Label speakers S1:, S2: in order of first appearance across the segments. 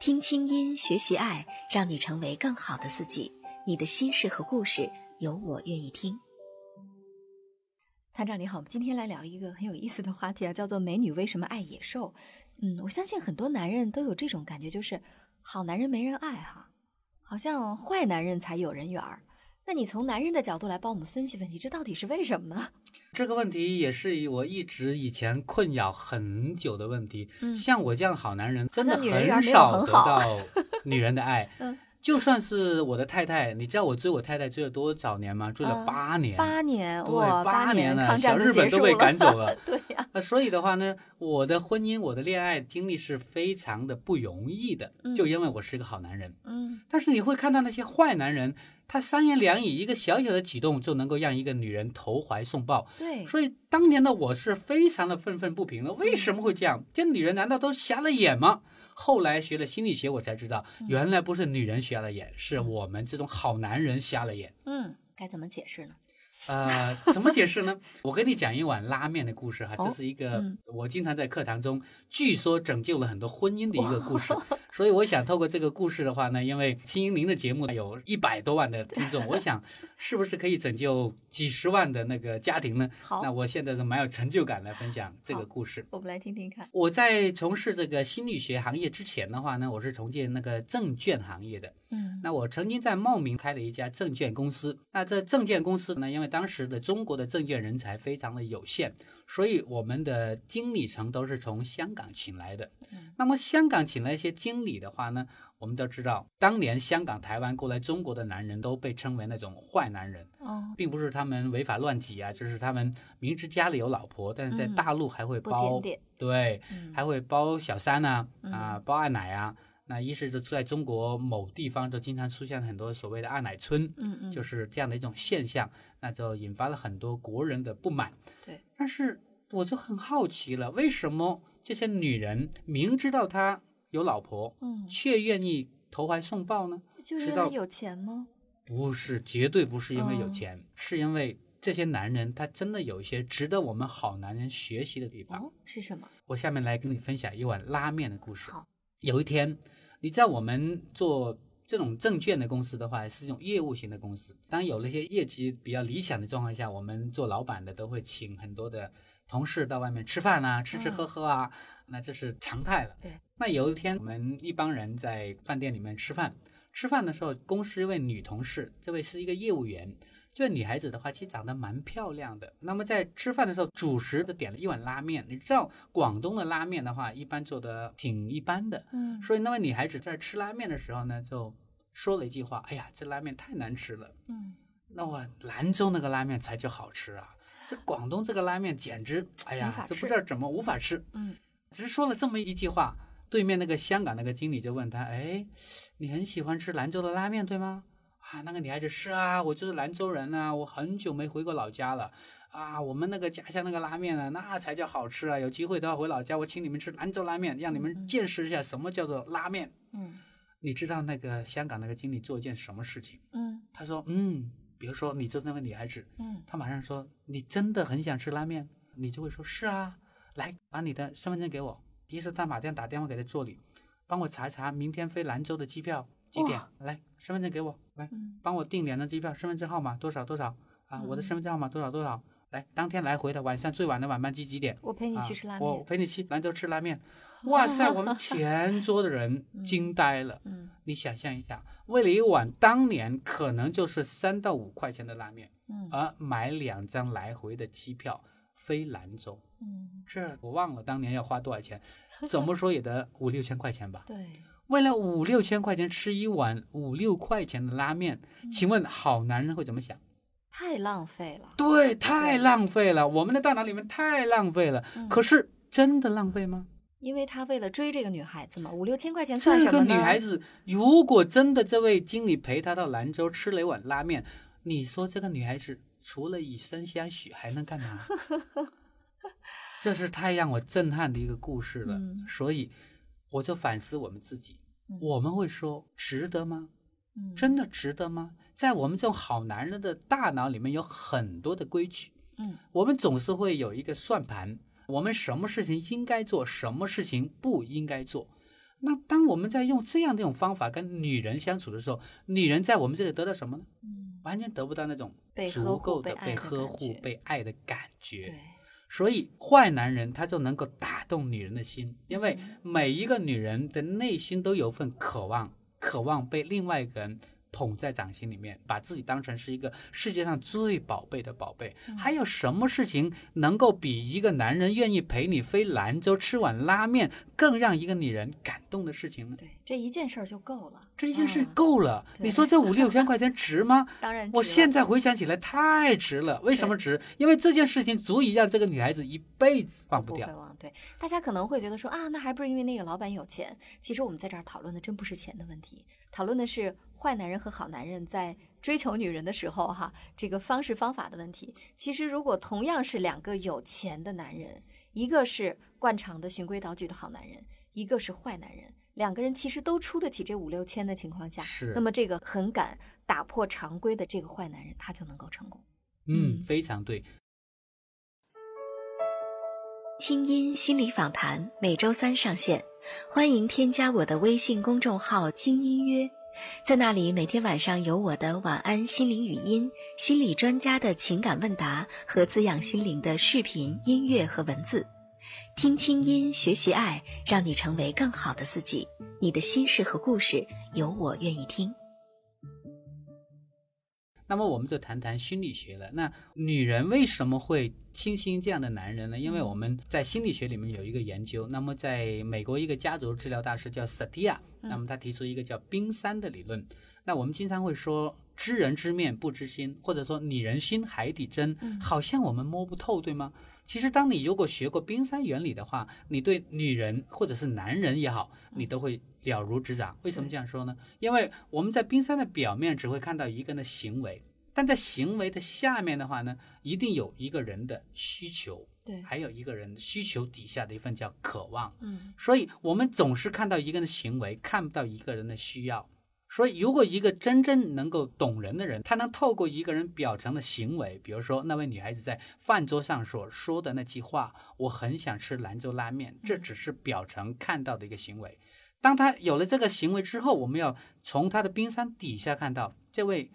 S1: 听清音，学习爱，让你成为更好的自己。你的心事和故事，有我愿意听。
S2: 探长你好，我们今天来聊一个很有意思的话题啊，叫做“美女为什么爱野兽”。嗯，我相信很多男人都有这种感觉，就是好男人没人爱哈、好像坏男人才有人缘儿。那你从男人的角度来帮我们分析分析，这到底是为什么呢？
S3: 这个问题也是我一直以前困扰很久的问题。
S2: 嗯
S3: 像我这样好男人，真的
S2: 好像女人缘
S3: 很
S2: 没有
S3: 少
S2: 很
S3: 得
S2: 好
S3: 到女人的爱。
S2: 嗯
S3: 就算是我的太太，你知道我追我太太追了多少年吗？追了
S2: 嗯
S3: 八年。
S2: 八年
S3: 对
S2: 哇，
S3: 八
S2: 八
S3: 年了
S2: 抗
S3: 小
S2: 战
S3: 日
S2: 都
S3: 本都
S2: 结束
S3: 被赶走了
S2: 对呀、
S3: 那所以的话呢，我的婚姻、我的恋爱经历是非常的不容易的，
S2: 嗯
S3: 就因为我是个好男人。
S2: 嗯
S3: 但是你会看到那些坏男人，他三言两语一个小小的举动就能够让一个女人投怀送抱。
S2: 对，
S3: 所以当年的我是非常的愤愤不平的，为什么会这样？这女人难道都瞎了眼吗？后来学了心理学，我才知道，原来不是女人瞎了眼，是我们这种好男人瞎了眼。
S2: 嗯，该怎么解释呢？
S3: 呃，怎么解释呢？ 我跟你讲一碗拉面的故事哈，
S2: 哦
S3: 这是一个
S2: 嗯
S3: 我经常在课堂中，据说拯救了很多婚姻的一个故事。
S2: 哦
S3: 所以我想透过这个故事的话呢，因为清音您的节目有一百多万的听众，我想是不是可以拯救几十万的那个家庭呢？
S2: 好
S3: 那，我现在是蛮有成就感来分享这
S2: 好
S3: 个故事。
S2: 我们来听听看。
S3: 我在从事这个心理学行业之前的话呢，我是从事那个证券行业的。
S2: 嗯
S3: 那我曾经在茂名开了一家证券公司。那这证券公司呢，因为当时的中国的证券人才非常的有限，所以我们的经理层都是从香港请来的
S2: 嗯。
S3: 那么香港请来一些经理的话呢，我们都知道，当年香港、台湾过来中国的男人都被称为那种坏男人。
S2: 哦，
S3: 并不是他们违法乱纪啊，就是他们明知家里有老婆，但是在
S2: 嗯
S3: 大陆还会
S2: 不
S3: 包，
S2: 检点。
S3: 对，
S2: 嗯
S3: 还会包小三呐、啊，
S2: 嗯
S3: 包二奶啊。那一是就在中国某地方就经常出现很多所谓的二奶村，
S2: 嗯嗯，
S3: 就是是这样的一种现象，那就引发了很多国人的不满。
S2: 对，
S3: 但是我就很好奇了，为什么这些女人明知道她有老婆，
S2: 嗯，
S3: 却愿意投怀送抱呢？
S2: 就是
S3: 直
S2: 因
S3: 到
S2: 为有钱吗？
S3: 不是，绝对不是因为有
S2: 嗯
S3: 钱，是因为这些男人他真的有一些值得我们好男人学习的地方。
S2: 哦，是什么？
S3: 我下面来跟你分享一碗拉面的故事。
S2: 好，
S3: 有一天，你在我们做这种证券的公司的话，是一种业务型的公司。当有了一些业绩比较理想的状况下，我们做老板的都会请很多的同事到外面吃饭啊，吃吃喝喝啊，那这是常态了。
S2: 嗯对。
S3: 那有一天，我们一帮人在饭店里面吃饭，吃饭的时候，公司一位女同事，这位是一个业务员。这位女孩子的话，其实长得蛮漂亮的。那么在吃饭的时候，主食的点了一碗拉面。你知道广东的拉面的话，一般做的挺一般的，
S2: 嗯
S3: 所以那位女孩子在吃拉面的时候呢，就说了一句话：“哎呀，这拉面太难吃了。
S2: 嗯，”
S3: 那我兰州那个拉面才叫好吃啊，这广东这个拉面简直，哎
S2: 没
S3: 呀
S2: 法，
S3: 这不
S2: 吃
S3: 知道怎么无法吃。
S2: 嗯，
S3: 只是说了这么一句话，对面那个香港那个经理就问他：“哎，你很喜欢吃兰州的拉面对吗？”啊，那个女孩子是啊，我就是兰州人啊，我很久没回过老家了。啊，我们那个家乡那个拉面啊，那才叫好吃啊！有机会的话回老家，我请你们吃兰州拉面，让你
S2: 嗯嗯
S3: 们见识一下什么叫做拉面。
S2: 嗯
S3: 你知道那个香港那个经理做一件什么事情？
S2: 嗯
S3: 他说，嗯，比如说你就是那位女孩子，
S2: 嗯，
S3: 她马上说，你真的很想吃拉面，你就会说，是啊，来把你的身份证给我。于是他马上打电话给他助理，帮我查一查明天飞兰州的机票几点，来身份证给我，来
S2: 嗯
S3: 帮我订两张机票，身份证号码多少多少啊，我的身份证号码多少多少，来当天来回的，晚上最晚的晚班机几点？
S2: 我陪你
S3: 啊
S2: 去吃拉
S3: 我
S2: 面。
S3: 陪你去兰州吃拉面。哇塞，我们全桌的人惊呆了。
S2: 嗯
S3: 你想象一下，为了一碗当年可能就是三到五块钱的拉面，
S2: 嗯
S3: 而买两张来回的机票飞兰州，
S2: 嗯，
S3: 这我忘了当年要花多少 钱，怎么说也得五六千块钱吧。
S2: 对，
S3: 为了五六千块钱吃一碗五六块钱的拉面，
S2: 嗯
S3: 请问好男人会怎么想？
S2: 太浪费了。
S3: 对，太浪费了，我们的大脑里面太浪费了。
S2: 嗯
S3: 可是真的浪费吗？
S2: 因为他为了追这个女孩子嘛，五六千块钱算
S3: 这
S2: 什
S3: 个
S2: 么呢？
S3: 女孩子，如果真的这位经理陪她到兰州吃了一碗拉面，你说这个女孩子除了以身相许还能干 嘛？这是太让我震撼的一个故事了。
S2: 嗯
S3: 所以我就反思我们自己，
S2: 嗯
S3: 我们会说值得吗？
S2: 嗯
S3: 真的值得吗？在我们这种好男人的大脑里面有很多的规矩，
S2: 嗯，
S3: 我们总是会有一个算盘，我们什么事情应该做，什么事情不应该做。那当我们在用这样的一种方法跟女人相处的时候，女人在我们这里得到什么呢？
S2: 嗯
S3: 完全得不到那种
S2: 被呵
S3: 足
S2: 护
S3: 够
S2: 被
S3: 的
S2: 爱
S3: 被
S2: 的
S3: 呵
S2: 感
S3: 护、
S2: 觉
S3: 被爱的感觉。
S2: 对，
S3: 所以坏男人他就能够打动女人的心，因为
S2: 嗯
S3: 每一个女人的内心都有份渴望，渴望被另外一个人捧在掌心里面，把自己当成是一个世界上最宝贝的宝贝。
S2: 嗯
S3: 还有什么事情能够比一个男人愿意陪你飞兰州吃碗拉面更让一个女人感动的事情呢？
S2: 对，这一件事儿就够了。
S3: 这件事
S2: 嗯
S3: 够了，
S2: 对
S3: 你说这 五六千块钱值吗？
S2: 当然值了，
S3: 我现在回想起来太值了，为什么值？因为这件事情足以让这个女孩子一辈子忘不
S2: 不
S3: 掉
S2: 会。忘。对，大家可能会觉得说啊，那还不是因为那个老板有钱？其实我们在这儿讨论的真不是钱的问题，讨论的是坏男人和好男人在追求女人的时候哈，这个方式方法的问题。其实如果同样是两个有钱的男人，一个是惯常的循规蹈矩的好男人，一个是坏男人。两个人其实都出得起这五六千的情况下，
S3: 是
S2: 那么这个很敢打破常规的这个坏男人，他就能够成功。
S3: 嗯，
S2: 嗯
S3: 非常对。
S1: 清音心理访谈每周三上线，欢迎添加我的微信公众号“清音约”，在那里每天晚上有我的晚安心灵语音、心理专家的情感问答和滋养心灵的视频、音乐和文字。听清音，学习爱，让你成为更好的自己。你的心事和故事，有我愿意听。
S3: 那么我们就谈谈心理学了。那女人为什么会倾心这样的男人呢？因为我们在心理学里面有一个研究，那么在美国一个家族治疗大师叫 Satia，那么他提出一个叫冰山的理论。那我们经常会说知人知面不知心，或者说女人心海底针，好像我们摸不透，对吗？其实，当你如果学过冰山原理的话，你对女人或者是男人也好，你都会了如指掌。为什么这样说呢？因为我们在冰山的表面只会看到一个人的行为，但在行为的下面的话呢，一定有一个人的需求，
S2: 对，
S3: 还有一个人需求底下的一份叫渴望。
S2: 嗯
S3: 所以我们总是看到一个人的行为，看不到一个人的需要。所以，如果一个真正能够懂人的人，他能透过一个人表层的行为，比如说那位女孩子在饭桌上所说的那句话“我很想吃兰州拉面”，这只是表层看到的一个行为。当他有了这个行为之后，我们要从他的冰山底下看到这位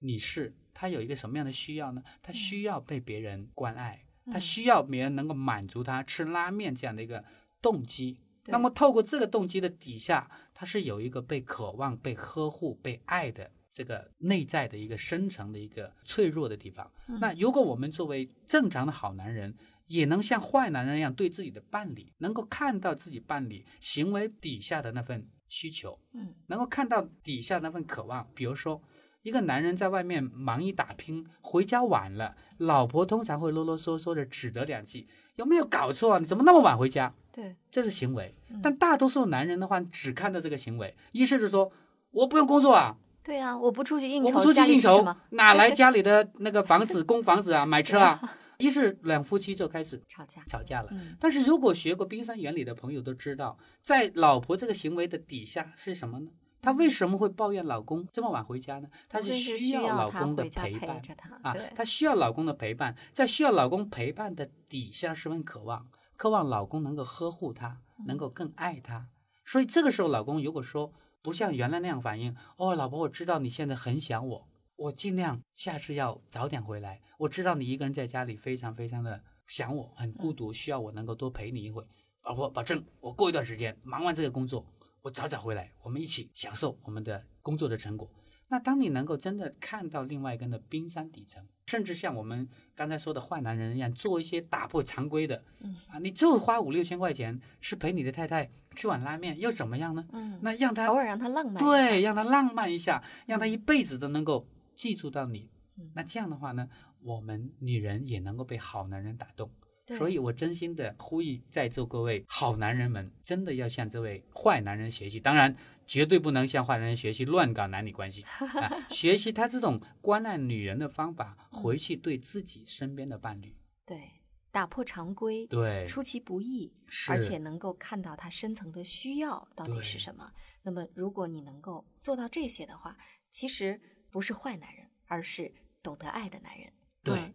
S3: 女士，她有一个什么样的需要呢？她需要被别人关爱，她
S2: 嗯
S3: 需要别人能够满足她吃拉面这样的一个动机。
S2: 对
S3: 那么透过这个动机的底下，它是有一个被渴望、被呵护、被爱的这个内在的一个深层的一个脆弱的地方。
S2: 嗯
S3: 那如果我们作为正常的好男人，也能像坏男人一样对自己的伴侣，能够看到自己伴侣行为底下的那份需求，
S2: 嗯，
S3: 能够看到底下那份渴望。比如说，一个男人在外面忙于打拼，回家晚了，老婆通常会啰啰嗦嗦的指责两句：“有没有搞错啊？你怎么那么晚回家？”
S2: 对，
S3: 这是行为
S2: 嗯。
S3: 但大多数男人的话，只看到这个行为，一是就说我不用工作啊，
S2: 对啊，我不出去应
S3: 我
S2: 酬，
S3: 不出
S2: 家
S3: 去
S2: 里
S3: 应
S2: 吃什
S3: 酬
S2: 么？，
S3: 哪 来家里的那个房子供房子啊，买车啊？一是两夫妻就开始
S2: 吵架。
S3: 吵架了。
S2: 嗯
S3: 但是如果学过冰山原理的朋友都知道，在老婆这个行为的底下是什么呢？她为什么会抱怨老公这么晚回家呢？她
S2: 真嗯是
S3: 需要老
S2: 他
S3: 公的
S2: 回家
S3: 陪
S2: 陪
S3: 伴。
S2: 着他，
S3: 啊
S2: 对，，
S3: 她需要老公的陪伴，在需要老公陪伴的底下是份渴望，渴望老公能够呵护她，能够更爱她。所以这个时候，老公如果说不像原来那样反应，哦，老婆，我知道你现在很想我，我尽量下次要早点回来。我知道你一个人在家里非常非常的想我，很孤独，需要我能够多陪你一会。老婆，保证我过一段时间忙完这个工作，我早早回来，我们一起享受我们的工作的成果。那当你能够真的看到另外一根的冰山底层，甚至像我们刚才说的坏男人一样，做一些打破常规的，
S2: 嗯
S3: 啊，你就花五六千块钱去陪你的太太吃碗拉面，又怎么样呢？
S2: 嗯，
S3: 那让她
S2: 偶尔让他浪漫，，
S3: 对，让她浪漫一下，让她一辈子都能够记住到你
S2: 嗯。
S3: 那这样的话呢，我们女人也能够被好男人打动，
S2: 对
S3: 所以我真心的呼吁在座各位好男人们，真的要向这位坏男人学习。当然，绝对不能向坏男人学习乱搞男女关系啊！学习他这种关爱女人的方法，回去对自己身边的伴侣，
S2: 对，打破常规，
S3: 对，
S2: 出其不意，
S3: 是
S2: 而且能够看到他深层的需要到底是
S3: 对
S2: 什么。那么，如果你能够做到这些的话，其实不是坏男人，而是懂得爱的男人。
S3: 对
S2: 嗯，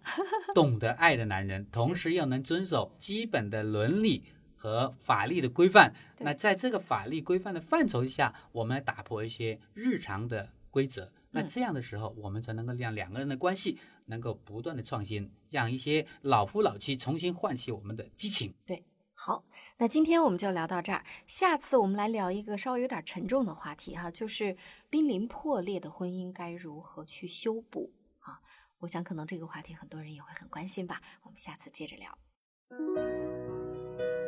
S3: 懂得爱的男人，同时又能遵守基本的伦理和法律的规范。
S2: 对
S3: 那在这个法律规范的范畴下，我们打破一些日常的规则。那
S2: 嗯
S3: 这样的时候，我们才能够让两个人的关系能够不断的创新，让一些老夫老妻重新唤起我们的激情。
S2: 好，那今天我们就聊到这儿。下次我们来聊一个稍微有点沉重的话题哈，就是濒临破裂的婚姻该如何去修补啊？我想可能这个话题很多人也会很关心吧。我们下次接着聊。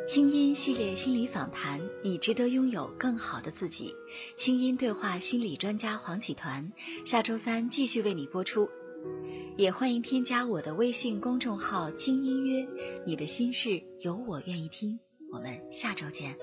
S1: 清音系列心理访谈，你值得拥有更好的自己。清音对话心理专家黄启团，下周三继续为你播出。也欢迎添加我的微信公众号“清音约”，你的心事有我愿意听。我们下周见。